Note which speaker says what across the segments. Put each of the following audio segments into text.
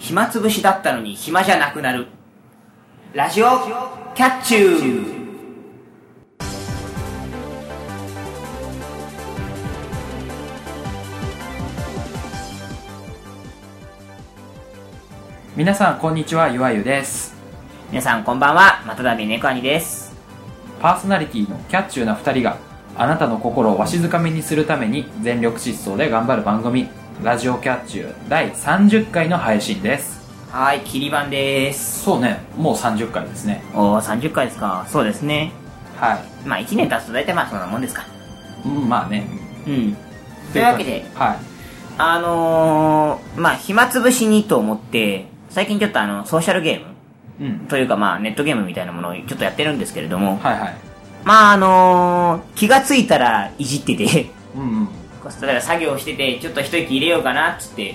Speaker 1: 暇つぶしだったのに暇じゃなくなるラジオキャッチュー
Speaker 2: 皆さんこんにちはゆわゆです
Speaker 1: 皆さんこんばんはまたたび猫兄です
Speaker 2: パーソナリティのキャッチューな2人があなたの心をわしづかみにするために全力疾走で頑張る番組「ラジオキャッチュー」第30回の配信です
Speaker 1: はーいキリバンです
Speaker 2: そうねもう30回ですね
Speaker 1: おお30回ですかそうですね
Speaker 2: はい
Speaker 1: まあ1年経つと大体まあそんなもんですか
Speaker 2: うんまあね
Speaker 1: うんというわけ
Speaker 2: とい
Speaker 1: で
Speaker 2: うかはい
Speaker 1: あのー、まあ暇つぶしにと思って最近ちょっとあのソーシャルゲーム
Speaker 2: うん
Speaker 1: というかまあネットゲームみたいなものをちょっとやってるんですけれども
Speaker 2: はいはい
Speaker 1: まああのー、気がついたらいじってて
Speaker 2: うんうん
Speaker 1: こう例えば作業してて、ちょっと一息入れようかなっつって、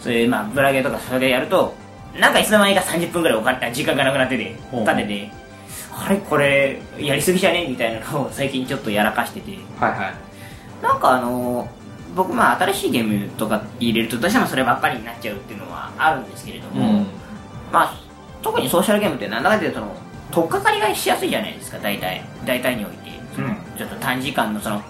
Speaker 1: そういう、まあ、ブラゲとかそれでやると、なんかいつの間にか30分くらいお金時間がなくなってて、
Speaker 2: ほう
Speaker 1: 立てて、あれこれ、やりすぎじゃねみたいなのを最近ちょっとやらかしてて、
Speaker 2: はいはい
Speaker 1: なんかあのー僕まあ新しいゲームとか入れるとどうしてもそればっかりになっちゃうっていうのはあるんですけれども、まあ、特にソーシャルゲームってなんだかっていうとその、取っかかりがしやすいじゃないですか、大体。大体において。
Speaker 2: うん
Speaker 1: ちょっと短時間のその、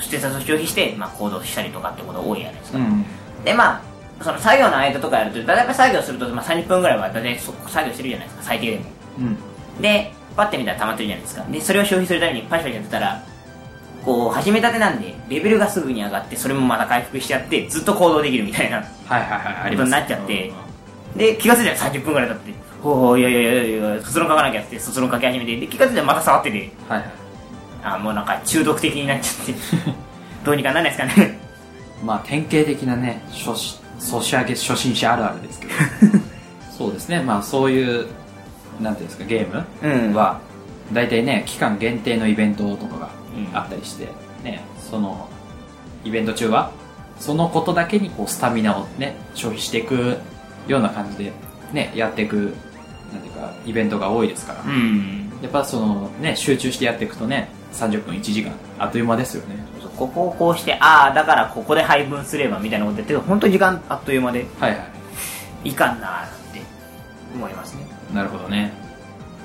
Speaker 1: ステータスを消費して、まあ行動したりとかってこと多いじゃないです
Speaker 2: う
Speaker 1: か。
Speaker 2: ん
Speaker 1: で、まあ、その作業の間とかやると、だいた作業すると、まあ30分ぐらいはだいたいそ作業してるじゃないですか、最低でも。
Speaker 2: うん
Speaker 1: で、パッて見たら溜まってるじゃないですか。で、それを消費するためにパシパシやってたら、こう、始めたてなんで、レベルがすぐに上がって、それもまた回復しちゃって、ずっと行動できるみたいな。
Speaker 2: はいはいはいあります
Speaker 1: なっちゃって
Speaker 2: うん
Speaker 1: で、気がついたら30分ぐらい経って、ほうほう、いやいやいやいや、卒論書かなきゃって、卒論書き始めて、で、気がついたらまた触ってて、
Speaker 2: はいはい
Speaker 1: あ、もうなんか中毒的になっちゃ って、どうにかならないですかね。
Speaker 2: まあ典型的なね初しソシャゲ初心者あるあるですけどそうですねまあそういうなんていうんですかゲー
Speaker 1: うん
Speaker 2: ムは、大体ね期間限定のイベントとかが
Speaker 1: うん
Speaker 2: あったりして、ねそのイベント中はそのことだけにこうスタミナをね消費していくような感じでねやっていくなんていうかイベントが多いですから、
Speaker 1: うん。
Speaker 2: やっぱそのね集中してやっていくとね30分1時間あっという間ですよね
Speaker 1: ここをこうして、ああ、だからここで配分すればみたいなことやってると、本当に時間あっという間で、
Speaker 2: はいはい
Speaker 1: かんなーって思いますね。
Speaker 2: いなるほどね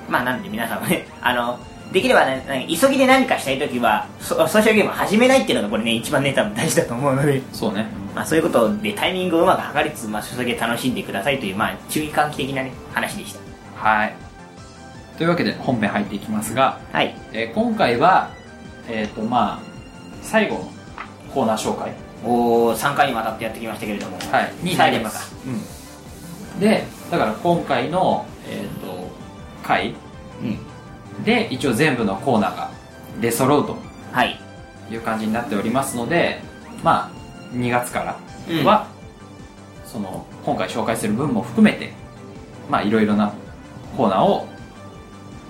Speaker 1: まあ、なので皆さんもね、 あの、できればね、なんか急ぎで何かしたいときは、ソソーシャルゲームを始めないっていうのがこれね、一番ね、多分大事だと思うので、
Speaker 2: そうね
Speaker 1: まあそういうことでタイミングをうまく測りつつ、まあ、注ぎ楽しんでくださいという、まあ、注意喚起的なね、話でした。
Speaker 2: はい。というわけで本編入っていきますが、
Speaker 1: はい。
Speaker 2: えー今回は、えっ、と、まあ、最後のコーナー紹介、
Speaker 1: おー、3回にわたってやってきましたけれども、
Speaker 2: はい、になります。うん。で、だから今回の、えっ、と、回
Speaker 1: うん。
Speaker 2: で一応全部のコーナーが出揃うと
Speaker 1: はい。
Speaker 2: いう感じになっておりますので、まあ、2月から
Speaker 1: うん
Speaker 2: は、その、今回紹介する分も含めて、まあ、いろいろなコーナーを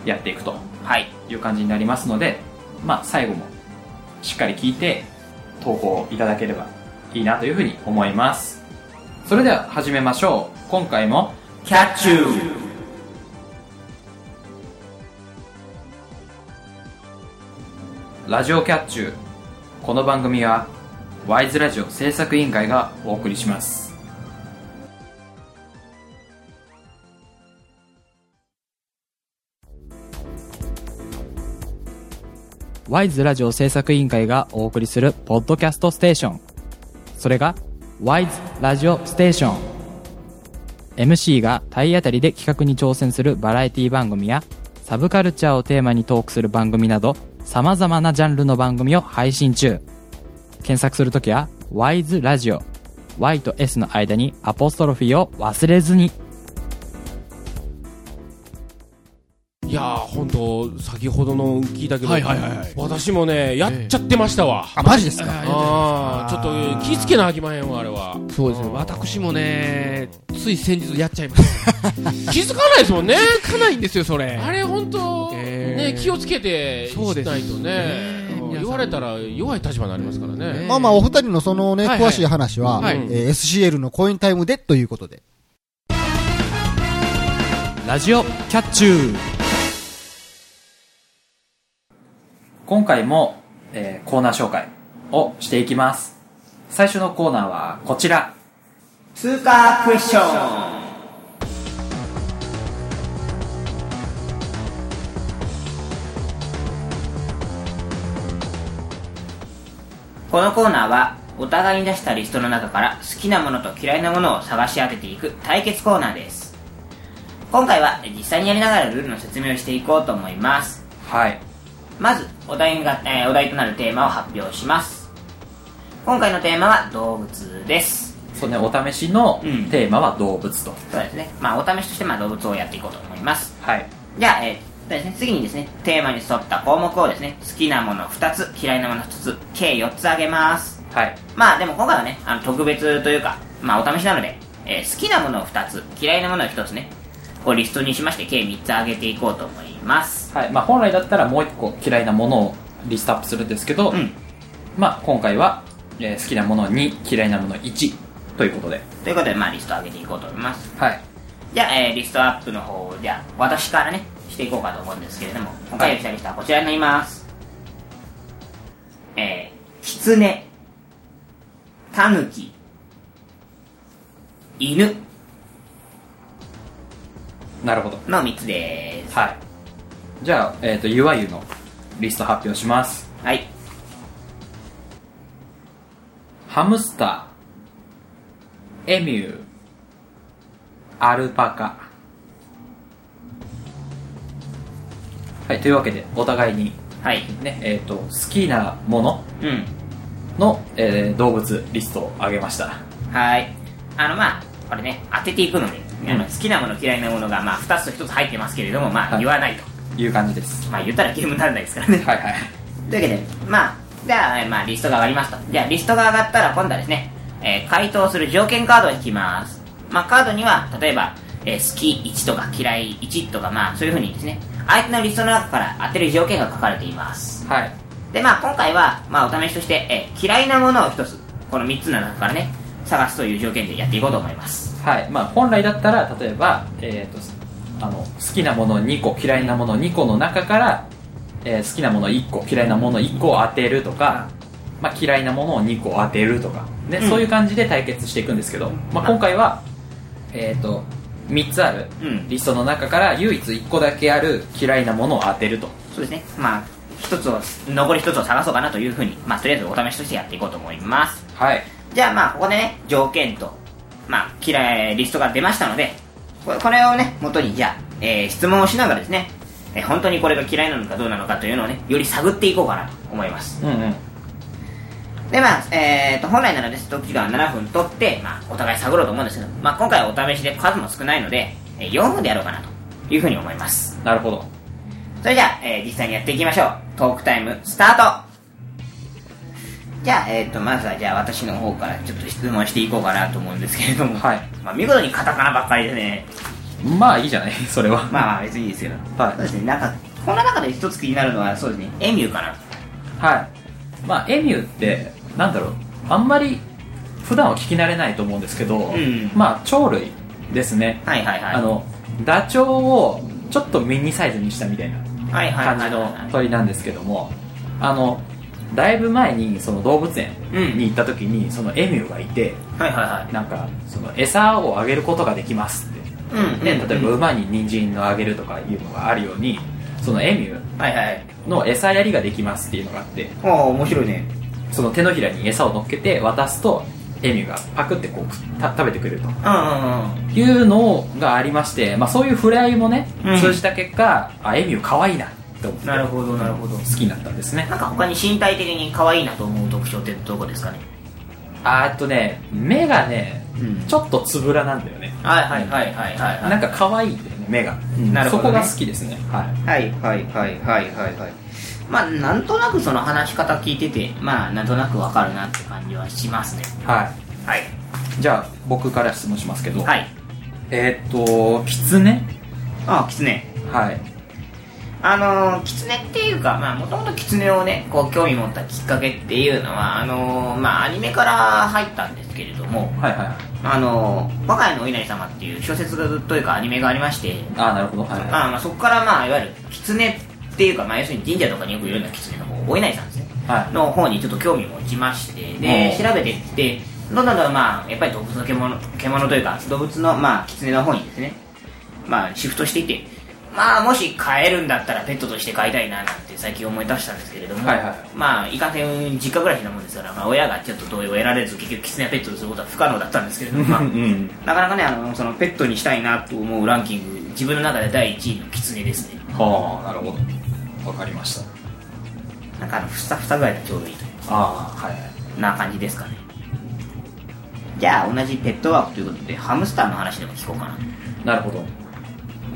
Speaker 2: やっていくと。
Speaker 1: はい。
Speaker 2: いう感じになりますので、まあ、最後もしっかり聞いて投稿いただければいいなというふうに思いますそれでは始めましょう今回も
Speaker 1: キャッチュー
Speaker 2: ラジオキャッチューこの番組はワイズラジオ制作委員会がお送りしますワイズラジオ制作委員会がお送りするポッドキャストステーションそれがワイズラジオステーション MC が体当たりで企画に挑戦するバラエティ番組やサブカルチャーをテーマにトークする番組など様々なジャンルの番組を配信中検索するときは WISE ラジオ Y と S の間にアポストロフィーを忘れずに
Speaker 3: いやー、本当先ほどの聞いたけど、
Speaker 4: はいはいはいはい
Speaker 3: 私もね、やっちゃってましたわ。
Speaker 4: あ、マジですか
Speaker 3: あーちょっと気ぃつけ
Speaker 4: な。
Speaker 3: なあきまへんわ、あれは。
Speaker 4: そうですね。私もね、つい先日やっちゃいました。
Speaker 3: 気づかないですもんね。
Speaker 4: かないんですよ、それ。
Speaker 3: あれ本当、
Speaker 4: えー
Speaker 3: ね、気をつけてし
Speaker 4: そうです
Speaker 3: ないとね
Speaker 4: ね皆さん
Speaker 3: 言われたら弱い立場になりますからね。
Speaker 5: まあまあ、お二人のそのね、
Speaker 4: はいはい
Speaker 5: 詳しい話は、
Speaker 4: はい
Speaker 5: えー SCL のコインタイムでということで。
Speaker 2: ラジオキャッチュー今回も、えーコーナー紹介をしていきます最初のコーナーはこちら
Speaker 1: スーパークエスチョンこのコーナーはお互いに出したリストの中から好きなものと嫌いなものを探し当てていく対決コーナーです今回は実際にやりながらルールの説明をしていこうと思います
Speaker 2: はい。
Speaker 1: まずお題が、えーお題となるテーマを発表します今回のテーマは動物です
Speaker 2: そうね、お試しの
Speaker 1: うん
Speaker 2: テーマは動物と。
Speaker 1: そうですねまあお試しとしてまあ動物をやっていこうと思います
Speaker 2: はい。
Speaker 1: じゃあ、えーそうですね、次にですねテーマに沿った項目をですね好きなもの2つ嫌いなもの1つ計4つあげます
Speaker 2: はい。
Speaker 1: まあでも今回はね、あの特別というか、まあお試しなので、えー好きなものを2つ、嫌いなものを1つね、こうリストにしまして計3つ上げていこうと思います。
Speaker 2: はい。まあ、本来だったらもう一個嫌いなものをリストアップするんですけど、
Speaker 1: うん。
Speaker 2: まあ、今回は、えー好きなもの2、嫌いなもの1ということで。
Speaker 1: ということで、まあリスト上げていこうと思います。
Speaker 2: はい。
Speaker 1: じゃあ、えーリストアップの方を、じゃあ私からね、していこうかと思うんですけれども、今回用意したリストはこちらになります。えー、キツネ、タヌキ、犬
Speaker 2: なるほど。
Speaker 1: の3つです。
Speaker 2: はい。じゃあ、えっ、と、ゆわゆのリスト発表します。
Speaker 1: はい。
Speaker 2: ハムスター、エミュー、アルパカ。はい、というわけで、お互いに、
Speaker 1: はい。
Speaker 2: ね、えっ、と、好きなもの
Speaker 1: うん。
Speaker 2: の、えー動物リストをあげました。
Speaker 1: はい。あの、まあ、これね、当てていくので、あの好きなもの、嫌いなものが、まあ、2つと1つ入ってますけれども、ま
Speaker 2: は
Speaker 1: あ、
Speaker 2: い
Speaker 1: 言わないと。
Speaker 2: いう感じです。
Speaker 1: まあ、言ったらゲームにならないですからね。
Speaker 2: はいはい。
Speaker 1: というわけで、まあ、じゃあ、えーまあ、リストが上がりました。じゃあ、リストが上がったら、今度はですね、えー回答する条件カードを引きます。まあ、カードには、例えば、えー好き1とか嫌い1とか、まあ、そういう風にですね、相手のリストの中から当てる条件が書かれています。
Speaker 2: はい。
Speaker 1: で、まあ今回は、まあお試しとして、えー嫌いなものを一つ、この3つの中からね、探すという条件でやっていこうと思います。
Speaker 2: はい。まあ、本来だったら、例えば、えっ、と、あの、好きなもの2個、嫌いなもの2個の中から、えー好きなもの1個、嫌いなもの1個を当てるとか、まあ、嫌いなものを2個当てるとか、ね
Speaker 1: うん
Speaker 2: そういう感じで対決していくんですけど、まあ、今回は、えっ、と、3つある
Speaker 1: うん
Speaker 2: リストの中から唯一1個だけある嫌いなものを当てると。
Speaker 1: そうですね。まあ、一つを、残り一つを探そうかなというふうに、まあとりあえずお試しとしてやっていこうと思います。
Speaker 2: はい。
Speaker 1: じゃあまあここでね、条件と、まあ嫌い、リストが出ましたので、これこれをね、元にじゃあ、えー質問をしながらですね、えー本当にこれが嫌いなのかどうなのかというのをね、より探っていこうかなと思います。
Speaker 2: うんうん。
Speaker 1: でまあ、えー、と本来ならです時間は7分取って、まあ、お互い探ろうと思うんですけど、まあ、今回はお試しで数も少ないので、えー4分でやろうかなというふうに思います
Speaker 2: なるほど。
Speaker 1: それじゃあ、えー実際にやっていきましょうトークタイムスタートじゃあ、えー、とまずはじゃあ私の方からちょっと質問していこうかなと思うんですけれども、
Speaker 2: はい
Speaker 1: まあ、見事にカタカナばっかりでね
Speaker 2: まあ、いいじゃない、 それは。
Speaker 1: まあまあ別にいいですけど
Speaker 2: はい
Speaker 1: そうですねなんかこの中で一つ気になるのはそうですねエミューかな
Speaker 2: はい。まあ、エミューって、なんだろう、あんまり普段は聞き慣れないと思うんですけど、
Speaker 1: ん
Speaker 2: まあ、鳥類ですね。
Speaker 1: はいはいはい
Speaker 2: あの、ダチョウをちょっとミニサイズにしたみたいな
Speaker 1: はいはいはい
Speaker 2: 感じの鳥なんですけども、あの、だいぶ前にその動物園に行った時に、そのエミューがいて、
Speaker 1: はいはいは
Speaker 2: なんか、その餌をあげることができますって。
Speaker 1: いうん
Speaker 2: ね、
Speaker 1: うん
Speaker 2: 例えば
Speaker 1: うん
Speaker 2: 馬に人参をあげるとかいうのがあるように、そのエミュー
Speaker 1: はいはい
Speaker 2: の餌やりができますっていうのがあって、
Speaker 1: ああ面白いね
Speaker 2: その手のひらに餌を乗っけて渡すとエミューがパクってこう食った食べてくれると
Speaker 1: うんうんうん
Speaker 2: いうのがありまして、まあ、そういう触れ合いもね、
Speaker 1: うん
Speaker 2: 通じた結果あエミュー可愛いなって思って
Speaker 1: なるほどなるほど
Speaker 2: 好きになったんですね
Speaker 1: なんか他に身体的に可愛いなと思う特徴ってどこですかね
Speaker 2: あーっとね目がね、
Speaker 1: うん
Speaker 2: ちょっとつぶらなんだよね
Speaker 1: はいはいはいはいはい
Speaker 2: なんか可愛いんだよね目が、うん
Speaker 1: なるほどね
Speaker 2: そこが好きですねはい
Speaker 1: はいはいはいはいはいはいまあなんとなくその話し方聞いててまあなんとなくわかるなって感じはしますね
Speaker 2: は
Speaker 1: はい
Speaker 2: いじゃあ僕から質問しますけど、
Speaker 1: はい
Speaker 2: えーっとキツネ
Speaker 1: あキツネ
Speaker 2: はい
Speaker 1: あのー、キツネっていうかまあもともとキツネをねこう興味持ったきっかけっていうのはあのー、まあアニメから入ったんですけれども
Speaker 2: はいはいはい
Speaker 1: あのー、我が家のお稲荷様っていう小説というかアニメがありまして
Speaker 2: ああなるほどはいはい
Speaker 1: まあ、まあそこからまあいわゆる狐っていうか、まあ、要するに神社とかによくいるような狐の方お稲荷さんですね
Speaker 2: はい
Speaker 1: の方にちょっと興味を持ちましてで
Speaker 2: お
Speaker 1: 調べてってどんどんどんどんまあやっぱり動物の獣獣というか動物のまあ狐の方にですねまあシフトしていってまあもし飼えるんだったらペットとして飼いたいななんて最近思い出したんですけれども、
Speaker 2: はいはいはい
Speaker 1: まあいかんせん実家暮らしなもんですから、まあ、親がちょっと同意を得られず結局キツネはペットにすることは不可能だったんですけれども、ま あ、
Speaker 2: ん
Speaker 1: なかなかねあのそのペットにしたいなと思うランキング自分の中で第1位のキツネですね
Speaker 2: はあなるほどわかりました
Speaker 1: なんかあのふさふさ具合がちょうどいいとい
Speaker 2: ああはいはいう
Speaker 1: な感じですかねじゃあ同じペットワークということでハムスターの話でも聞こうかな
Speaker 2: なるほど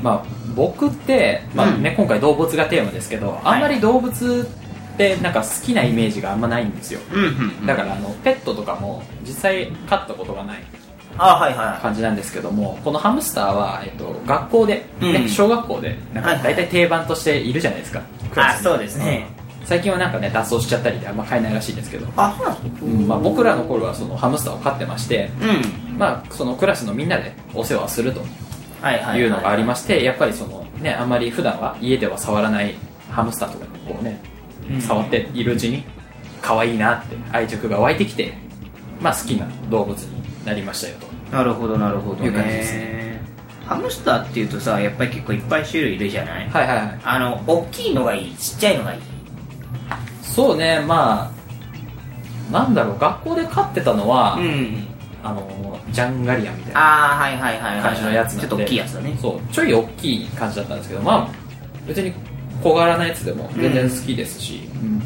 Speaker 2: まあ僕って、まあね今回動物がテーマですけどあんまり動物ってなんか好きなイメージがあんまないんですよ
Speaker 1: うんうん、うん、
Speaker 2: だからあのペットとかも実際飼ったことがない
Speaker 1: あはいはい
Speaker 2: 感じなんですけどもこのハムスターは、えっと、学校で、ね
Speaker 1: うん
Speaker 2: 小学校でなん
Speaker 1: はい
Speaker 2: か
Speaker 1: はい
Speaker 2: 大体定番としているじゃないですか、クラ
Speaker 1: あ
Speaker 2: スに
Speaker 1: そうですね、
Speaker 2: 最近はなんかね脱走しちゃったりであんま飼えないらしいんですけど、
Speaker 1: あそうなんですか
Speaker 2: まあ、僕らの頃はそのハムスターを飼ってまして、
Speaker 1: うん
Speaker 2: まあ、そのクラスのみんなでお世話をすると
Speaker 1: はいはい、はい、
Speaker 2: いうのがありまして、やっぱりその、ね、あんまり普段は家では触らないハムスターとかにこうね、
Speaker 1: うん
Speaker 2: 触っているうちに可愛いなって愛着が湧いてきて、まあ、好きな動物になりましたよと
Speaker 1: なるほどなるほど
Speaker 2: いう感じです
Speaker 1: ねハムスターっていうとさやっぱり結構いっぱい種類いるじゃない
Speaker 2: はいはいはい
Speaker 1: あの大きいのがいいちっちゃいのがいい
Speaker 2: そうねまあなんだろう学校で飼ってたのは、
Speaker 1: ん
Speaker 2: あのジャンガリアンみたいな
Speaker 1: ああはいはいはい、はい、
Speaker 2: 感じのやつなんで
Speaker 1: ちょっと大きいやつだね
Speaker 2: そうちょい大きい感じだったんですけどまあ別に小柄なやつでも全然好きですし、うん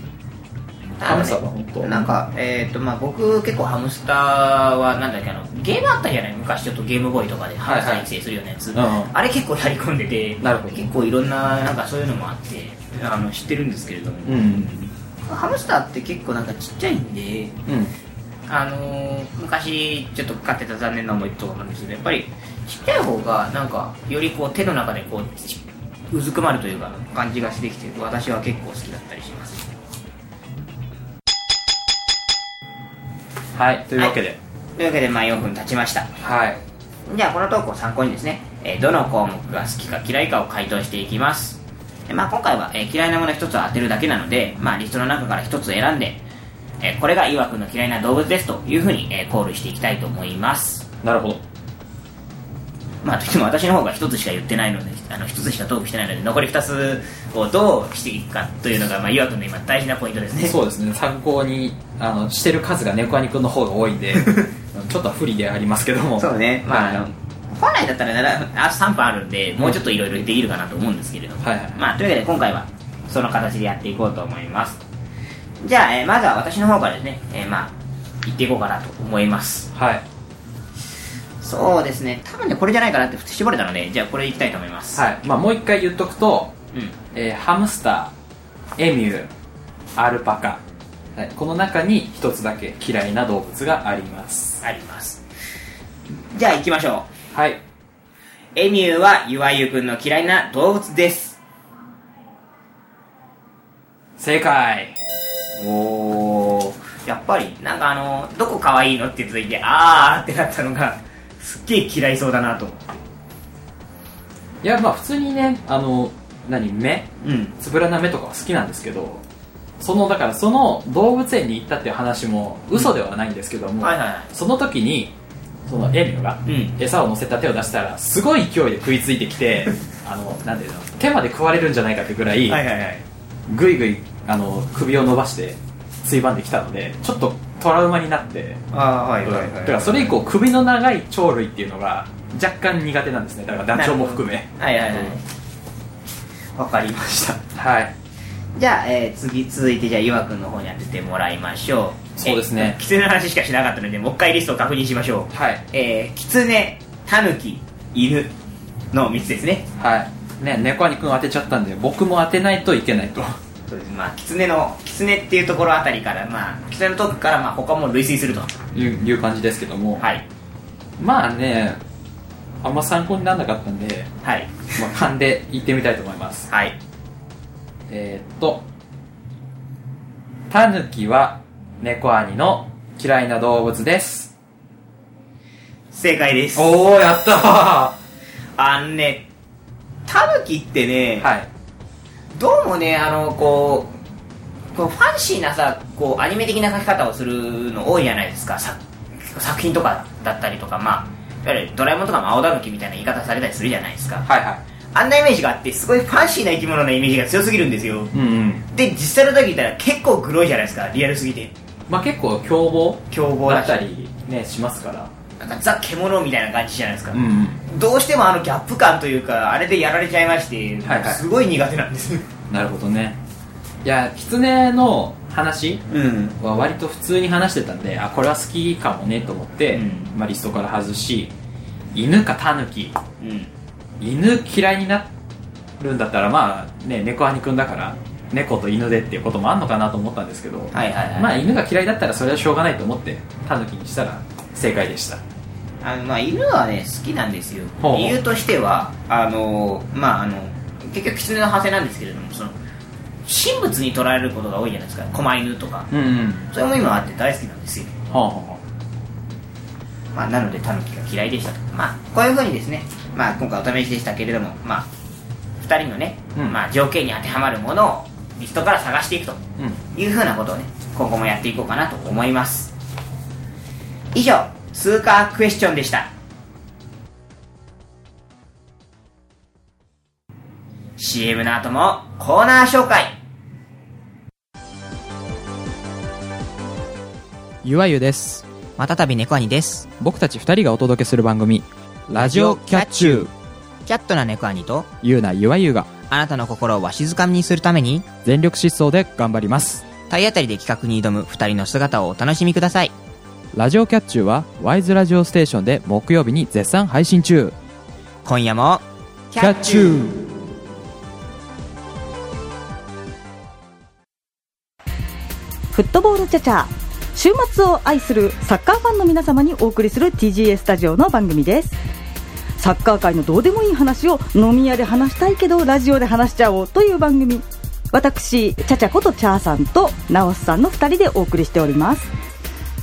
Speaker 2: ハムスターは本当
Speaker 1: なんかえっ、とまあ僕結構ハムスターはなんだっけあのゲームあったじゃない昔ちょっとゲームボーイとかでハ
Speaker 2: はい
Speaker 1: ムスター育成するようなやつ、
Speaker 2: うんうん
Speaker 1: あれ結構やり込んでて
Speaker 2: なるほど
Speaker 1: 結構いろんななんかそういうのもあってあの知ってるんですけれども、
Speaker 2: うんうん
Speaker 1: ハムスターって結構なんかちっちゃいんで
Speaker 2: うん
Speaker 1: あのー昔ちょっと飼ってた残念な思いとかなんですけどやっぱりちっちゃい方がなんかよりこう手の中でこうちうずくまるというか感じがしてきて私は結構好きだったりします
Speaker 2: はいというわけで
Speaker 1: というわけでまあ4分経ちました
Speaker 2: はい
Speaker 1: じゃあこの投稿を参考にですね、えーどの項目が好きか嫌いかを回答していきます、えーまあ、今回は、えー嫌いなもの一つを当てるだけなので、まあ、リストの中から一つ選んで、えーこれが岩君の嫌いな動物ですというふうに、えーコールしていきたいと思います
Speaker 2: なるほど
Speaker 1: まあ、といっても私の方が一つしか言ってないので、あの一つしかトークしてないので、残り二つをどうしていくかというのが、まあ、岩君の今大事なポイントですね。
Speaker 2: そうですね参考にあのしてる数が猫アニくんの方が多い んでちょっと不利でありますけども
Speaker 1: そうね。まあ、あ
Speaker 2: は
Speaker 1: の、本来だったらなら、あと3分あるんで、もうちょっといろいろできるかなと思うんですけれども。
Speaker 2: はいはい
Speaker 1: まあ、というわけで今回は、その形でやっていこうと思います。じゃあ、えーまずは私の方からですね、えーまあ、行っていこうかなと思います。
Speaker 2: はい
Speaker 1: そうですね。多分ね、これじゃないかなって絞れたので、じゃあこれ行きたいと思います。
Speaker 2: はいまあ、もう一回言っとくと、
Speaker 1: うん。
Speaker 2: えーハムスターエミューアルパカ、はい、この中に一つだけ嫌いな動物があります
Speaker 1: あります。じゃあ行きましょう。
Speaker 2: はい
Speaker 1: エミューはゆわゆくんの嫌いな動物です。
Speaker 2: 正解
Speaker 1: おー、やっぱり、なんかあの、どこ可愛いのって続いて、あーってなったのが、すっげえ嫌いそうだなと。
Speaker 2: いやまあ普通にねあの何目
Speaker 1: うん。
Speaker 2: つぶらな目とかは好きなんですけどそのだからその動物園に行ったっていう話も嘘ではないんですけども、
Speaker 1: はいはいは
Speaker 2: その時にそのエミューが
Speaker 1: い。うん。
Speaker 2: 餌を乗せた手を出したらすごい勢いで食いついてき てあのなんで手まで食われるんじゃないかってぐらい、
Speaker 1: はいはいはい。
Speaker 2: ぐいぐいあの首を伸ばしてついばんできたのでちょっとトラウマになって、
Speaker 1: あー、はい
Speaker 2: だからそれ以降首の長い鳥類っていうのが若干苦手なんですねだからダチョウも含め
Speaker 1: はいはいはい。わかりました。
Speaker 2: はい
Speaker 1: じゃあ、えー、次、続いて、じゃあ、ゆわくんの方に当ててもらいましょう。
Speaker 2: そうですね
Speaker 1: えキツネの話しかしなかったので、もう一回リストを確認しましょう。
Speaker 2: はい
Speaker 1: えー、キツネ、タヌキ、犬の3つですね。
Speaker 2: はいね猫兄君当てちゃったんで僕も当てないといけないと
Speaker 1: そうですまあ狐の狐っていうところあたりからまあ狐のトークからまあ他も類推すると
Speaker 2: いういう感じですけども、
Speaker 1: はい
Speaker 2: まあねあんま参考にならなかったんで、
Speaker 1: はい
Speaker 2: まあ、勘で行ってみたいと思います
Speaker 1: はい
Speaker 2: えーっと、タヌキは猫兄の嫌いな動物です。
Speaker 1: 正解です
Speaker 2: おー、やったーは
Speaker 1: あのねタヌキってね、
Speaker 2: い。
Speaker 1: どうもねあのこうこうファンシーなさこうアニメ的な描き方をするの多いじゃないですかさ作品とかだったりとかまあいわゆるドラえもんとかも青タヌキみたいな言い方されたりするじゃないですか
Speaker 2: はいは
Speaker 1: あんなイメージがあってすごいファンシーな生き物のイメージが強すぎるんですよ
Speaker 2: うんうん
Speaker 1: で実際の時見たら結構グロいじゃないですかリアルすぎて
Speaker 2: まあ結構凶暴
Speaker 1: 凶暴
Speaker 2: だ
Speaker 1: だ
Speaker 2: っ
Speaker 1: したり
Speaker 2: りねしますから
Speaker 1: なんかザ獣みたいな感じじゃないですか、
Speaker 2: うんうん
Speaker 1: どうしてもあのギャップ感というかあれでやられちゃいまして、
Speaker 2: はいはい
Speaker 1: すごい苦手なんです
Speaker 2: なるほどねいや狐の話
Speaker 1: うん
Speaker 2: は割と普通に話してたんであこれは好きかもねと思って、
Speaker 1: うん
Speaker 2: まあ、リストから外し犬かタヌキ
Speaker 1: うん
Speaker 2: 犬嫌いになるんだったらまあね猫兄くんだから猫と犬でっていうこともあんのかなと思ったんですけど、
Speaker 1: はいはいはい
Speaker 2: まあ犬が嫌いだったらそれはしょうがないと思ってタヌキにしたら正解でした
Speaker 1: あのまあ犬はね好きなんですよ
Speaker 2: ほう
Speaker 1: 理由としてはあのまああの結局狐の派生なんですけれどもその神仏に捉えることが多いじゃないですか狛犬とか
Speaker 2: うんうん
Speaker 1: それも今あって大好きなんですよ、
Speaker 2: ほうほうほ
Speaker 1: まあ、なのでタヌキが嫌いでしたとまあこういうふうにですね、まあ、今回お試しでしたけれどもまあ2人のね、
Speaker 2: うん
Speaker 1: まあ、条件に当てはまるものをリストから探していくと
Speaker 2: ううん
Speaker 1: いうふうなことをね今後もやっていこうかなと思います以上通過クエスチョンでした CM の後もコーナー紹介
Speaker 6: ゆあゆです
Speaker 7: またたび猫兄です。
Speaker 6: 僕たち2人がお届けする番組「ラジオキャッチュー
Speaker 7: キャットな猫兄と、」
Speaker 6: ゆうなゆあゆが
Speaker 7: あなたの心をわしづかみにするために、
Speaker 6: 全力疾走で頑張ります
Speaker 7: 体当たりで企画に挑む二人の姿をお楽しみください。
Speaker 6: ラジオキャッチューはワイズラジオステーションで木曜日に絶賛配信中
Speaker 7: 今夜も、キ
Speaker 6: ュー
Speaker 8: フットボールチャチャ週末を愛するサッカーファンの皆様にお送りする TGA スタジオの番組ですサッカー界のどうでもいい話を飲み屋で話したいけどラジオで話しちゃおうという番組私チャチャことチャーさんとナオスさんの2人でお送りしております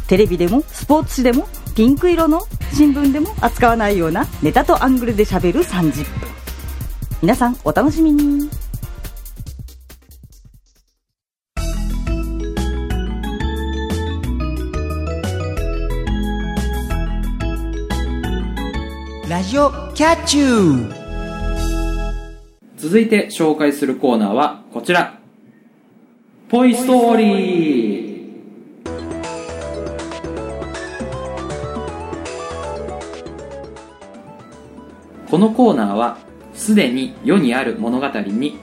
Speaker 8: テレビでもスポーツ紙でもピンク色の新聞でも扱わないようなネタとアングルで喋る30分皆さんお楽しみに
Speaker 7: ラジオキャッチュー
Speaker 2: 続いて紹介するコーナーはこちらポイストーリーこのコーナーはすでに世にある物語に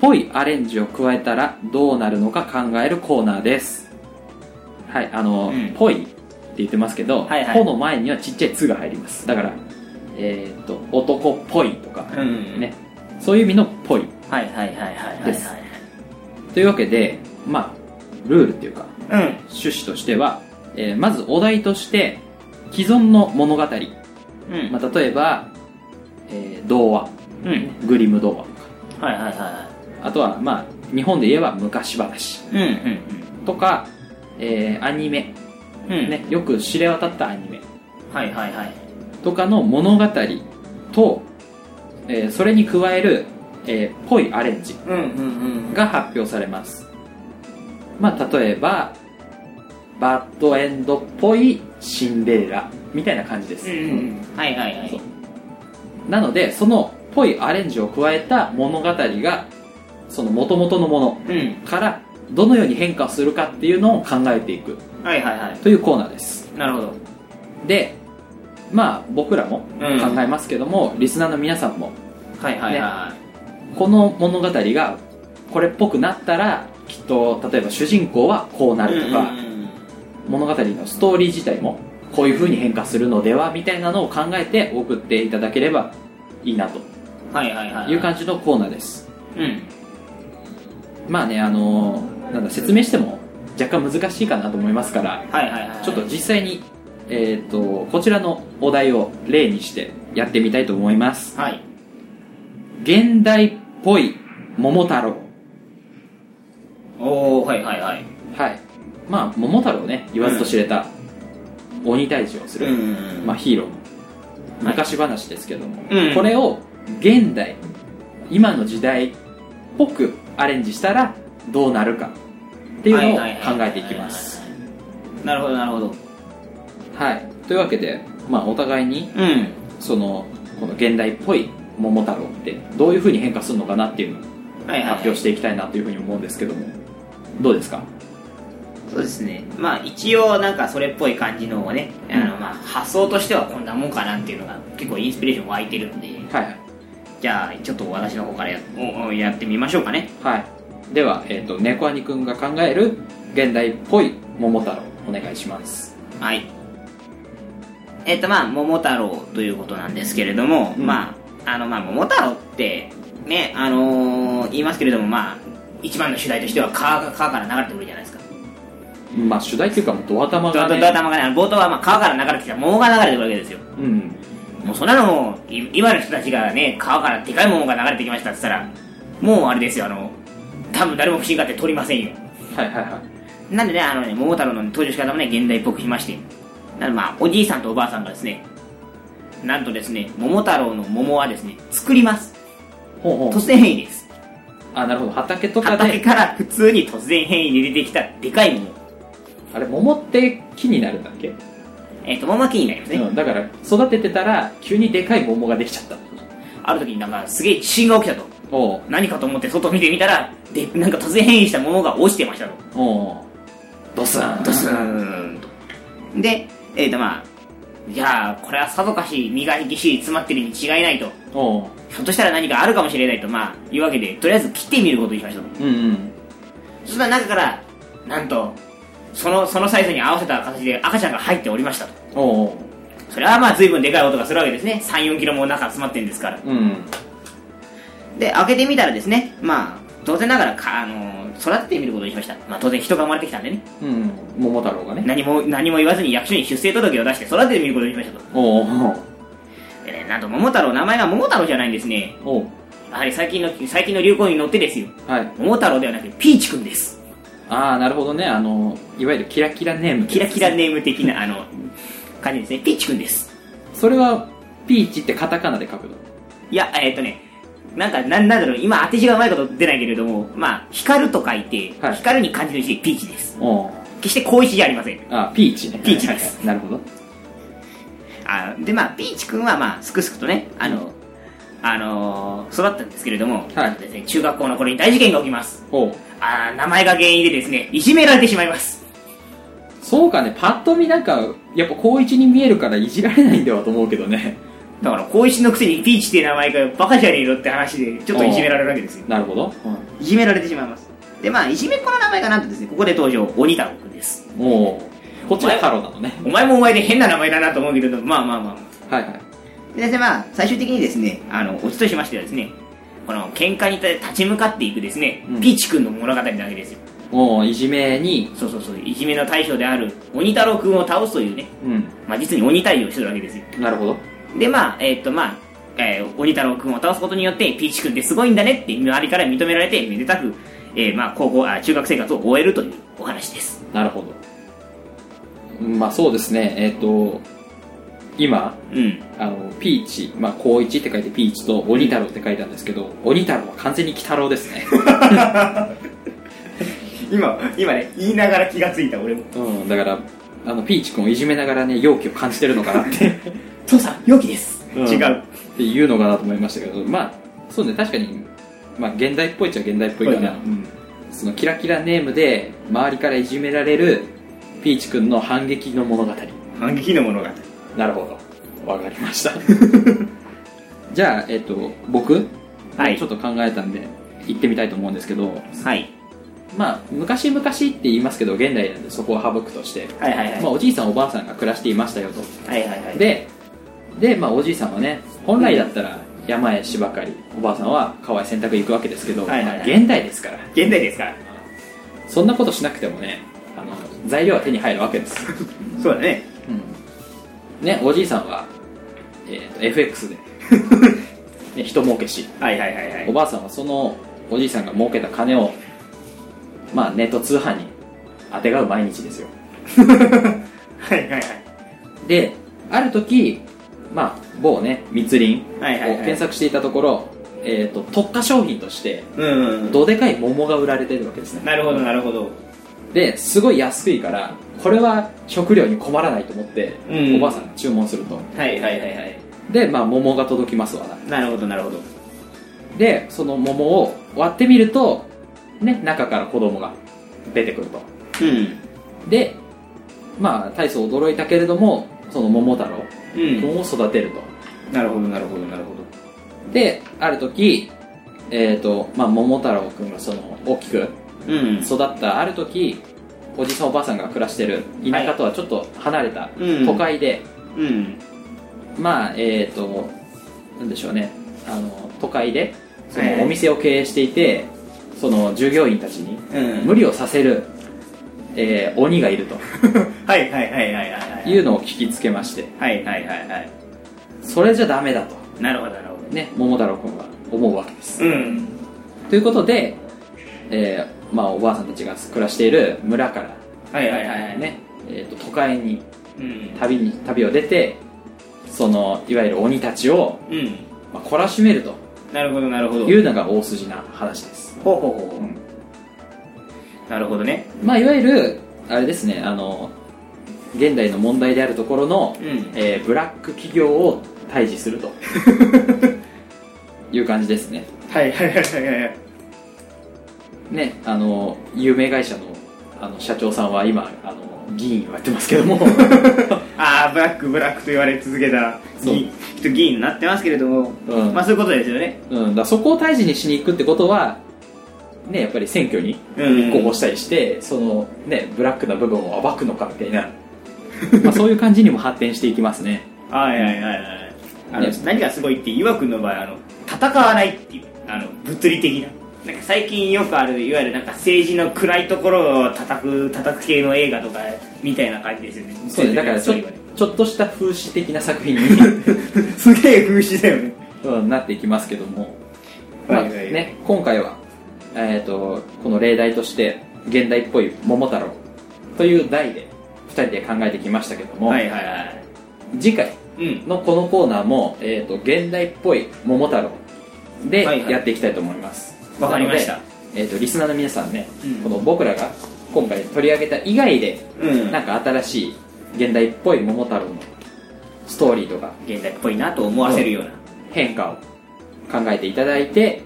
Speaker 2: ぽいアレンジを加えたらどうなるのか考えるコーナーですはいあの
Speaker 1: うん
Speaker 2: 「ぽ、い」って言ってますけど「ぽ、
Speaker 1: はいはい
Speaker 2: の前にはちっちゃい「つ」が入りますだからえーっと「男っぽい」とか、
Speaker 1: うん
Speaker 2: ねそういう意味の「ぽい」
Speaker 1: はいはいはいはいはい
Speaker 2: ですというわけで、まあ、ルールっていうか、
Speaker 1: はいうん
Speaker 2: 趣旨としては、えーまずお題として、既存の物語。
Speaker 1: うん、
Speaker 2: まあ、例えば、えー童話、
Speaker 1: うん、
Speaker 2: グリム童話とか。
Speaker 1: はいはいはいは
Speaker 2: あとは、まあ、日本で言えば昔話
Speaker 1: いうん
Speaker 2: とか、えーアニメ、
Speaker 1: うんうん
Speaker 2: ね、よく知れ渡ったアニメ
Speaker 1: はいはいはい
Speaker 2: とかの物語と、えーそれに加える、えーぽいアレンジ
Speaker 1: うんうん
Speaker 2: が発表されます、まあ、例えばバッドエンドっぽいシンデレラみたいな感じで
Speaker 1: う
Speaker 2: す、
Speaker 1: んはいはいは
Speaker 2: そう
Speaker 1: い
Speaker 2: なのでそのっぽいアレンジを加えた物語がその元々のもの
Speaker 1: うん
Speaker 2: からどのように変化するかっていうのを考えていく
Speaker 1: はいはいはい
Speaker 2: というコーナーです
Speaker 1: なるほど
Speaker 2: でまあ僕らも考
Speaker 1: うん
Speaker 2: えますけども、リスナーの皆さんも
Speaker 1: はいはいは
Speaker 2: この物語がこれっぽくなったらきっと例えば主人公はこうないるとか、物語のストーリー自体もこういう風に変化するのではみたいなのを考えて送っていただければいいなと
Speaker 1: はいはいはい
Speaker 2: いう感じのコーナーです
Speaker 1: うん
Speaker 2: まあねあのーなんだ説明しても若干難しいかなと思いますから
Speaker 1: はいはいはい
Speaker 2: ちょっと実際にえっ、とこちらのお題を例にしてやってみたいと思います
Speaker 1: はい
Speaker 2: 現代っぽい桃太郎
Speaker 1: おおはいはいはい
Speaker 2: はいまあ桃太郎ね言わずと知れた鬼退治をする、
Speaker 1: ん
Speaker 2: まあ、
Speaker 1: あ
Speaker 2: ヒーローの昔話ですけども、
Speaker 1: うん
Speaker 2: これを現代今の時代っぽくアレンジしたらどうなるかっていうのを考えていきます
Speaker 1: なるほどなるほど
Speaker 2: はいというわけで、まあ、お互いに
Speaker 1: うん
Speaker 2: そのこの現代っぽい桃太郎ってどういうふうに変化するのかなっていうのを
Speaker 1: はいはい
Speaker 2: 発表していきたいなというふうに思うんですけどもどうですか
Speaker 1: そうですねまあ一応なんかそれっぽい感じのをね、あのまあ発想としてはこんなもんかなっていうのが結構インスピレーション湧いてるんで
Speaker 2: はいはい
Speaker 1: じゃあちょっと私の方からやおおやってみましょうかね
Speaker 2: はい、では、えー、と猫兄くんが考える現代っぽい桃太郎お願いします
Speaker 1: はいえっ、とまあ桃太郎ということなんですけれども、
Speaker 2: うん
Speaker 1: まああのまあ桃太郎ってねあのー言いますけれどもまあ一番の主題としては川が川から流れてくるじゃないですか
Speaker 2: まあ主題っていうかもうドア玉
Speaker 1: ド
Speaker 2: が、
Speaker 1: ド
Speaker 2: ね、
Speaker 1: ドア玉がねあの冒頭はまあ川から流れてきた桃が流れてくるわけですよ
Speaker 2: うん
Speaker 1: もうそんなのもうい今の人たちがね川からでかい桃が流れてきましたって言ったらもうあれですよあの多分誰も不信がって取りませんよ
Speaker 2: はいはいはい
Speaker 1: なんでね、あのね、桃太郎の登場仕方もね、現代っぽくしまして。なのでまあ、おじいさんとおばあさんがですね、なんとですね、桃太郎の桃はですね、作ります。
Speaker 2: ほうほ
Speaker 1: 突
Speaker 2: う
Speaker 1: 然変異です。
Speaker 2: あなるほど畑とか
Speaker 1: 畑
Speaker 2: で
Speaker 1: から普通に突然変異で出てきたでかい桃。
Speaker 2: あれ桃って木になるんだっけ、
Speaker 1: えっ、と、桃は木になりますね。
Speaker 2: うん、だから育ててたら急にでかい桃ができちゃった
Speaker 1: ある時になんか、すげえ地震が起きたと。
Speaker 2: おう
Speaker 1: 何かと思って外見てみたら、で、なんか突然変異した桃が落ちてましたと。
Speaker 2: おうドスン
Speaker 1: ドスーンと。で、えっ、とまあ、じゃあ、これはさぞかし身がぎっしり詰まってるに違いないと。
Speaker 2: おう
Speaker 1: ひょっとしたら何かあるかもしれないと、まあ、いうわけで、とりあえず切ってみることにしましたと。
Speaker 2: うんうん
Speaker 1: そしたら中から、なんと、その、そのサイズに合わせた形で赤ちゃんが入っておりましたと。
Speaker 2: おう
Speaker 1: それはまあ、随分でかい音がするわけですね。3、4キロも中詰まってるんですから。
Speaker 2: うん
Speaker 1: で、開けてみたらですね、まあ、当然ながらか、あのー育ててみることにしました。まあ、当然人が生まれてきたんでね。
Speaker 2: うん桃太郎がね
Speaker 1: 何も、何も言わずに役所に出生届を出して育ててみることにしましたと。
Speaker 2: おうおう
Speaker 1: でね、なんと桃太郎、名前が桃太郎じゃないんですね。
Speaker 2: おう
Speaker 1: やはり最近の、最近の流行に乗ってですよ。
Speaker 2: はい
Speaker 1: 桃太郎ではなくて、ピーチくんです。
Speaker 2: ああなるほどねあのいわゆるキラキラネーム
Speaker 1: キラキラネーム的な、あの、感じですね。ピッチくんです。
Speaker 2: それはピーチってカタカナで書くの
Speaker 1: いや、えっ、とね、なんか、なんなんだろう、今当て字がうまいこと出ないけれども、まあ、光ると書いて、
Speaker 2: はい
Speaker 1: 光るに漢字の字でピーチです。
Speaker 2: おう
Speaker 1: 決して高一じゃありません。
Speaker 2: あピーチね
Speaker 1: ピーチです
Speaker 2: はいはいなるほど
Speaker 1: あで、まあ、ピーチくんは、まあ、すくすくとね、あの、あのー育ったんですけれども、
Speaker 2: はい
Speaker 1: なんとですね、中学校の頃に大事件が起きます。
Speaker 2: おう
Speaker 1: あー名前が原因でですね、いじめられてしまいます。
Speaker 2: そうかねパッと見なんかやっぱ高一に見えるからいじられないんだわと思うけどね
Speaker 1: だから、高一のくせにピーチっていう名前がバカじゃねえのって話で、ちょっといじめられるわけですよ。
Speaker 2: なるほど、
Speaker 1: いじめられてしまいますでまあいじめっ子の名前がなんとですねここで登場鬼太郎くんです
Speaker 2: うん、おうこっちは太郎なのね
Speaker 1: お前もお前で変な名前だなと思うけれどまあまあまあ
Speaker 2: はいはい
Speaker 1: でですねまあ最終的にですねあのオチとしましてはですねこの喧嘩に立ち向かっていくですね、
Speaker 2: うん
Speaker 1: ピーチくんの物語なわけですよ
Speaker 2: おういじめに
Speaker 1: そうそうそういじめの対象である鬼太郎くんを倒すというね、
Speaker 2: うん
Speaker 1: まあ、実に鬼退治をしてるわけですよ
Speaker 2: なるほど
Speaker 1: でまあえーっとまあえー鬼太郎くんを倒すことによってピーチくんってすごいんだねって周りから認められてめでたく、えーまあ高校あ中学生活を終えるというお話です
Speaker 2: なるほどうんまあそうですねえっ、と今
Speaker 1: うん
Speaker 2: あのピーチ、まあ、高一って書いてピーチと鬼太郎って書いたんですけど鬼太郎は完全に鬼太郎です ね
Speaker 1: 今今ね言いながら気がついた俺も
Speaker 2: うん、だからあのピーチ君をいじめながらね容器を感じてるのか なってっ
Speaker 1: 父さん容器です、
Speaker 2: うん
Speaker 1: 違う
Speaker 2: ていうのかなと思いましたけどまあそうね確かに、まあ、現代っぽいっちゃ現代っぽいか
Speaker 1: ぽ
Speaker 2: ら
Speaker 1: いな
Speaker 2: そのキラキラネームで周りからいじめられるピーチ君の反撃の物語
Speaker 1: 反撃の物語
Speaker 2: なるほどわかりました じゃあ、えっと僕、
Speaker 1: はい
Speaker 2: ちょっと考えたんで行ってみたいと思うんですけど
Speaker 1: はい
Speaker 2: まあ昔々って言いますけど現代なんでそこは省くとして、
Speaker 1: はいはいはい
Speaker 2: まあ、おじいさんおばあさんが暮らしていましたよと
Speaker 1: はいはいはい
Speaker 2: でで、まあ、おじいさんはね本来だったら山へ芝刈りおばあさんは川へ洗濯行くわけですけど、
Speaker 1: はいはいはい
Speaker 2: まあ現代ですから
Speaker 1: 現代ですから
Speaker 2: そんなことしなくてもねあの材料は手に入るわ けです、
Speaker 1: そうだね
Speaker 2: うんねおじいさんは、えーと FX で、ね、人儲けし
Speaker 1: はいはいはいはい
Speaker 2: おばあさんはそのおじいさんが儲けた金を、まあ、ネット通販にあてがう毎日ですよ
Speaker 1: はいはいはい
Speaker 2: である時、まあ、某ね密林を
Speaker 1: はいはいはい
Speaker 2: 検索していたところ、えー、と特化商品として
Speaker 1: うんうんうん
Speaker 2: どでかい桃が売られてるわけですね
Speaker 1: なるほどなるほど
Speaker 2: ですごい安いからこれは食料に困らないと思って、
Speaker 1: うん
Speaker 2: おばあさんが注文すると
Speaker 1: はいはいはいはい
Speaker 2: で、まあ、桃が届きますわな
Speaker 1: なるほどなるほど
Speaker 2: でその桃を割ってみると、ね、中から子供が出てくると
Speaker 1: うん
Speaker 2: でまあ大層驚いたけれどもその桃太郎
Speaker 1: うん
Speaker 2: 君を育てると、
Speaker 1: なるほどなるほどなるほど
Speaker 2: である時えっ、とまあ桃太郎君がその大きく
Speaker 1: うん
Speaker 2: 育ったある時おじさんおばあさんが暮らしてる田舎とはちょっと離れた
Speaker 1: うん
Speaker 2: 都会で、
Speaker 1: うん
Speaker 2: まあえっ、となんでしょうねあの都会でそ
Speaker 1: はい
Speaker 2: のお店を経営していてその従業員たちに
Speaker 1: うん
Speaker 2: 無理をさせる、えー鬼がいると
Speaker 1: はいはいはいはいはいはい
Speaker 2: いうのを聞きつけまして
Speaker 1: はいはいはいはい
Speaker 2: それじゃダメだと
Speaker 1: なるほどなるほど
Speaker 2: ね桃太郎君は思うわけです
Speaker 1: うん
Speaker 2: ということで、えーまあ、おばあさんたちが暮らしている村から、
Speaker 1: はいはいはいはい
Speaker 2: ねえー、と都会に
Speaker 1: うん
Speaker 2: 旅に旅を出てそのいわゆる鬼たちを、
Speaker 1: うん
Speaker 2: まあ、懲らしめると
Speaker 1: なるほどなるほど
Speaker 2: いうのが大筋な話です、
Speaker 1: ほうほうほうほう、
Speaker 2: うん
Speaker 1: なるほどね
Speaker 2: まあ、いわゆるあれですねあの現代の問題であるところの、
Speaker 1: うん
Speaker 2: えーブラック企業を退治するという感じですね
Speaker 1: はいはいはいはいはい
Speaker 2: ねあの有名会社のあの社長さんは今あの議員をやってますけども
Speaker 1: ああブラックブラックと言われ続けた
Speaker 2: そう
Speaker 1: 議きっと議員になってますけれども、
Speaker 2: うん
Speaker 1: まあそういうことですよね
Speaker 2: うん、だからそこを退治にしに行くってことは、ね、やっぱり選挙に
Speaker 1: うん
Speaker 2: 立候補したりして、そのね、ブラックな部分を暴くのかみたいな、 まあそういう感じにも発展していきますね。
Speaker 1: はいはいはいはいあの、
Speaker 2: ね
Speaker 1: 何がすごいって岩君の場合あの戦わないっていうあの物理的ななんか最近よくあるいわゆるなんか政治の暗いところを叩く叩く系の映画とかみたいな感じですよね
Speaker 2: そうね、だからちょ
Speaker 1: そういうのね
Speaker 2: ちょっとした風刺的な作品に、
Speaker 1: すげえ風刺だよね
Speaker 2: うんなっていきますけども、ま
Speaker 1: は
Speaker 2: あ
Speaker 1: いはい
Speaker 2: ね、今回は、えー、とこの例題として現代っぽい「桃太郎」という題で2人で考えてきましたけども、
Speaker 1: はいはいはい
Speaker 2: 次回
Speaker 1: うん
Speaker 2: のこのコーナーも、えー、と現代っぽい「桃太郎」で
Speaker 1: はいはい
Speaker 2: やっていきたいと思います
Speaker 1: わかりました
Speaker 2: なのでえー、とリスナーの皆さんね、
Speaker 1: うん
Speaker 2: この僕らが今回取り上げた以外で、
Speaker 1: うん
Speaker 2: なんか新しい現代っぽい「桃太郎」のストーリーとか
Speaker 1: 現代っぽいなと思わせるような
Speaker 2: 変化を考えていただいて、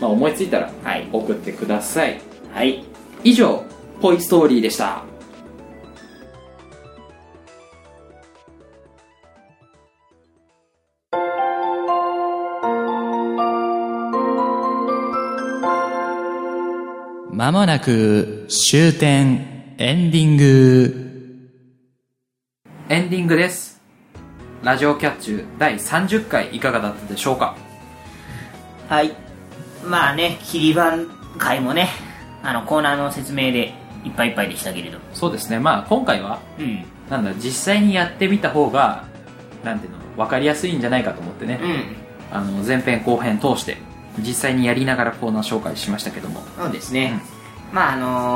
Speaker 2: まあ、思いついたら
Speaker 1: はい
Speaker 2: 送ってください
Speaker 1: はい
Speaker 2: 以上「ポイストーリー」でした
Speaker 6: まもなく終点エンディング。
Speaker 2: エンディングですラジオキャッチュー第30回いかがだったでしょうか
Speaker 1: はい。まあね、切り番回もね、あの、コーナーの説明でいっぱいいっぱいでしたけれど。
Speaker 2: そうですねまあ今回は
Speaker 1: うん。
Speaker 2: なんだろう実際にやってみた方がなんていうの分かりやすいんじゃないかと思ってね、
Speaker 1: うん。
Speaker 2: あの前編後編通して実際にやりながらコーナー紹介しましたけども
Speaker 1: そうですね。まあ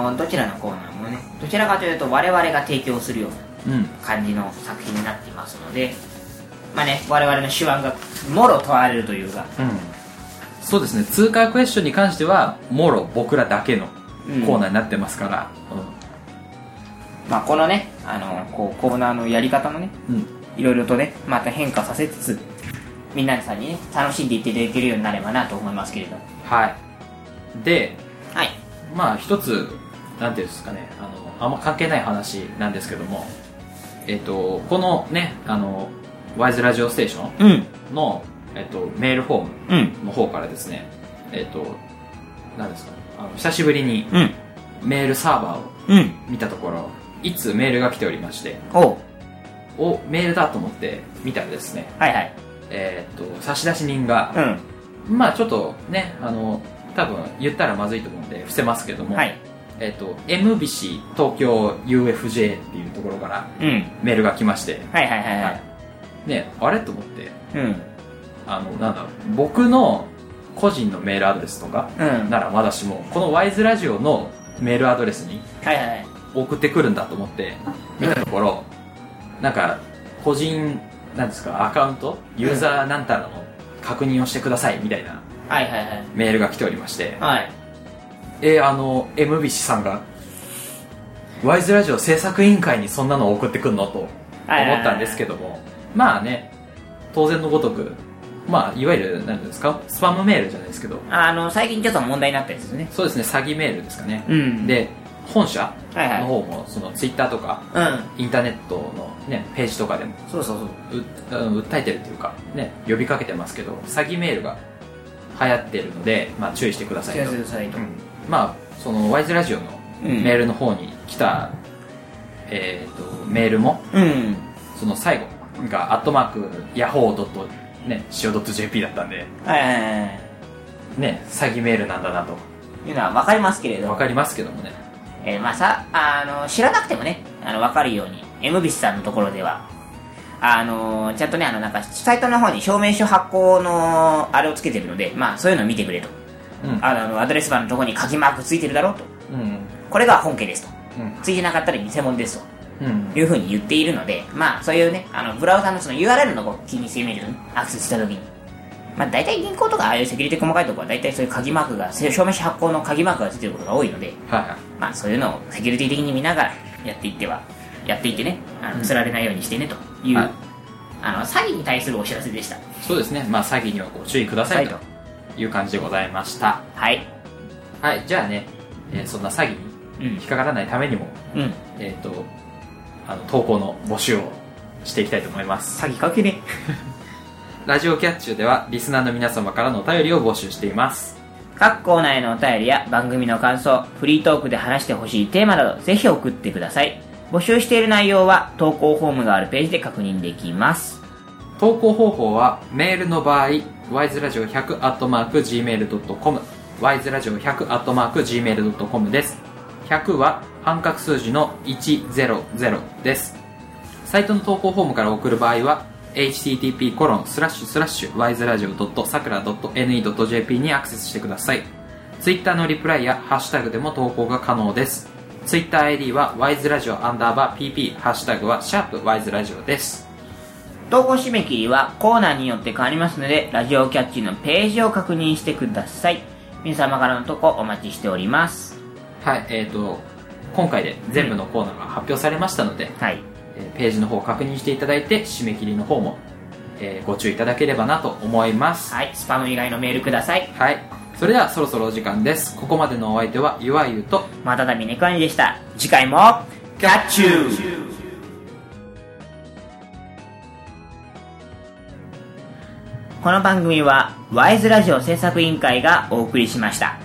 Speaker 1: あのどちらのコーナーもね、どちらかというと我々が提供するような
Speaker 2: うん
Speaker 1: 感じの作品になっていますので、まあね、我々の手腕がもろ問われるというか、
Speaker 2: そうですね通過クエスチョンに関してはもろ僕らだけの
Speaker 1: うん
Speaker 2: コーナーになってますから、
Speaker 1: まあこのね、あのこうコーナーのやり方もね、
Speaker 2: うん
Speaker 1: いろいろとね、また変化させつつ、みんなさんにね、楽しんでいっていただけるようになればなと思いますけれど。
Speaker 2: はいで
Speaker 1: はい。
Speaker 2: まあ一つなんていうんですかねあのあんま関係ない話なんですけどもえっ、とこのねあのワイズラジオステーション
Speaker 1: うん。
Speaker 2: の、えっと、メールフォーム
Speaker 1: うん。
Speaker 2: の方からですね、えっ、と、何ですか、あの久しぶりに
Speaker 1: うん。
Speaker 2: メールサーバーを
Speaker 1: うん。
Speaker 2: 見たところ、いつメールが来ておりまして、
Speaker 1: おう
Speaker 2: お、メールだと思って見たらですね、
Speaker 1: はいはい。
Speaker 2: えっ、と、差出人が、
Speaker 1: う
Speaker 2: まあちょっとね、あの、多分言ったらまずいと思うんで伏せますけども、
Speaker 1: はい。
Speaker 2: えっ、と、MBC 東京 UFJ っていうところから
Speaker 1: うん。
Speaker 2: メールが来まして、
Speaker 1: はいはいはいはい。
Speaker 2: ね、あれと思って、
Speaker 1: うん。
Speaker 2: あの、なんだろう、僕の個人のメールアドレスとか、
Speaker 1: うん。
Speaker 2: ならまだしもこのワイズラジオのメールアドレスに
Speaker 1: はいはいはい。
Speaker 2: 送ってくるんだと思って見たところ、なんか個人なんですかアカウントユーザーなんたらの確認をしてくださいみたいな
Speaker 1: はいはいはい。
Speaker 2: メールが来ておりまして、
Speaker 1: はい。
Speaker 2: えーあの MBC さんがワイズラジオ制作委員会にそんなのを送ってくんのと思ったんですけどもまあね当然のごとく、まあ、いわゆる、なんていうんですか、スパムメールじゃないですけど、
Speaker 1: あの、最近ちょっと問題になったやつですね。
Speaker 2: そうですね、詐欺メールですかね。
Speaker 1: うん
Speaker 2: で、本社
Speaker 1: はいはい
Speaker 2: の方も、その、ツイッターとか、
Speaker 1: うん。
Speaker 2: インターネットのね、ページとかでも、
Speaker 1: そうそうそう。
Speaker 2: ううん訴えてるというか、ね、呼びかけてますけど、詐欺メールが流行ってるので、まあ、注意してください
Speaker 1: 気
Speaker 2: と
Speaker 1: が。するサイト。
Speaker 2: まあ、その、ワイズラジオの
Speaker 1: うん
Speaker 2: メールの方に来た、えっ、と、メールも、
Speaker 1: うん。
Speaker 2: その最後が、アットマーク、ヤホー .co.jp だったんで、
Speaker 1: はいはいはいはい。
Speaker 2: ね、詐欺メールなんだなと、
Speaker 1: いうのは分かりますけれど
Speaker 2: わかりますけどもね。
Speaker 1: えーまあさ、あの、知らなくてもね、あの、わかるように、エムビスさんのところでは、あの、ちゃんとね、あの、なんか、サイトの方に証明書発行の、あれをつけてるので、まあ、そういうのを見てくれと。
Speaker 2: うん
Speaker 1: あのあの、アドレスバーのところに書きマークついてるだろうと。
Speaker 2: うん。
Speaker 1: これが本家ですと。
Speaker 2: うん。
Speaker 1: ついてなかったら偽物ですと。
Speaker 2: うん。
Speaker 1: いうふうに言っているので、まあ、そういうね、あの、ブラウザのその URL のとこ気にしてみるとね、アクセスしたときに。まあ、大体銀行とか、ああいうセキュリティ細かいところは、大体そういう鍵マークが、証明書発行の鍵マークがついてることが多いので、
Speaker 2: はいはい。
Speaker 1: まあ、そういうのをセキュリティ的に見ながらやっていっては、やっていってね、あの、釣られないようにしてねという、
Speaker 2: はい
Speaker 1: あの、詐欺に対するお知らせでした。
Speaker 2: そうですね、まあ、詐欺にはご注意ください
Speaker 1: は
Speaker 2: という感じでございました。
Speaker 1: はい。
Speaker 2: はい、じゃあね、えーそんな詐欺に
Speaker 1: うん
Speaker 2: 引っ。かからないためにも、
Speaker 1: うん。
Speaker 2: えっ、と、あの、投稿の募集をしていきたいと思います。
Speaker 1: 詐欺かけね。
Speaker 2: ラジオキャッチュでは、リスナーの皆様からのお便りを募集しています。
Speaker 1: 各コーナーへのお便りや番組の感想、フリートークで話してほしいテーマなど、ぜひ送ってください。募集している内容は、投稿フォームがあるページで確認できます。
Speaker 2: 投稿方法は、メールの場合、wiseradio100-gmail.com、wiseradio100-gmail.com です。100は半角数字の100です。サイトの投稿フォームから送る場合は、http コロンスラッシュスラッシュ wiseradio.sakura.ne.jp にアクセスしてください。ツイッターのリプライやハッシュタグでも投稿が可能です。ツイッター ID は wiseradio アンダーバー pp、ハッシュタグはシャープ wiseradio です。
Speaker 1: 投稿締め切りはコーナーによって変わりますので、ラジオキャッチのページを確認してください。皆様からの投稿お待ちしております。
Speaker 2: はい、えー、と、今回で全部のコーナーが発表されましたので、
Speaker 1: はい。
Speaker 2: えーページの方を確認していただいて、締め切りの方も、えーご注意いただければなと思います。
Speaker 1: はい、スパム以外のメールください。
Speaker 2: はい。それではそろそろお時間です。ここまでのお相手は、ゆわゆと、
Speaker 1: またたびネクアニでした。次回も、キャッチューこの番組は、ワイズラジオ制作委員会がお送りしました。